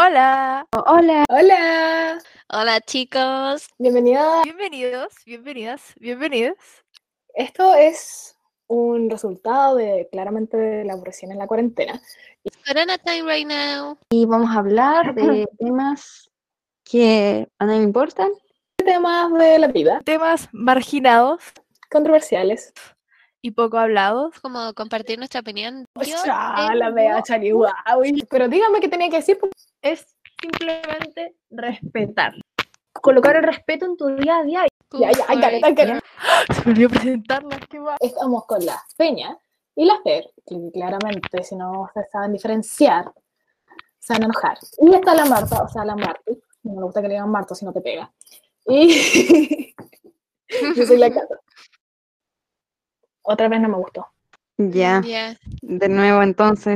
Hola. Hola. Hola. Hola chicos. Bienvenida. Bienvenidos, bienvenidas, bienvenidos. Esto es un resultado de claramente de la aburrición en la cuarentena. Corona time right now. Y vamos a hablar de temas que a nadie le importan. Temas de la vida, Temas marginados controversiales. y poco hablados. como compartir nuestra opinión. Yo Ostras, la tengo- wea, charihuahui. Pero dígame qué tenía que decir. pues, po. es simplemente respetar. Colocar el respeto en tu día a día. Ya, ya, ay, caleta, caleta. Se me olvidó presentarla. qué va. Estamos con la Peña y la Fer, que claramente, si no se saben diferenciar, se van a enojar. Y está la Marta, o sea, la Marti. No me gusta que le digan Marta si no te pega. Y yo soy la Cata. Otra vez no me gustó. Ya, Ya, de nuevo entonces.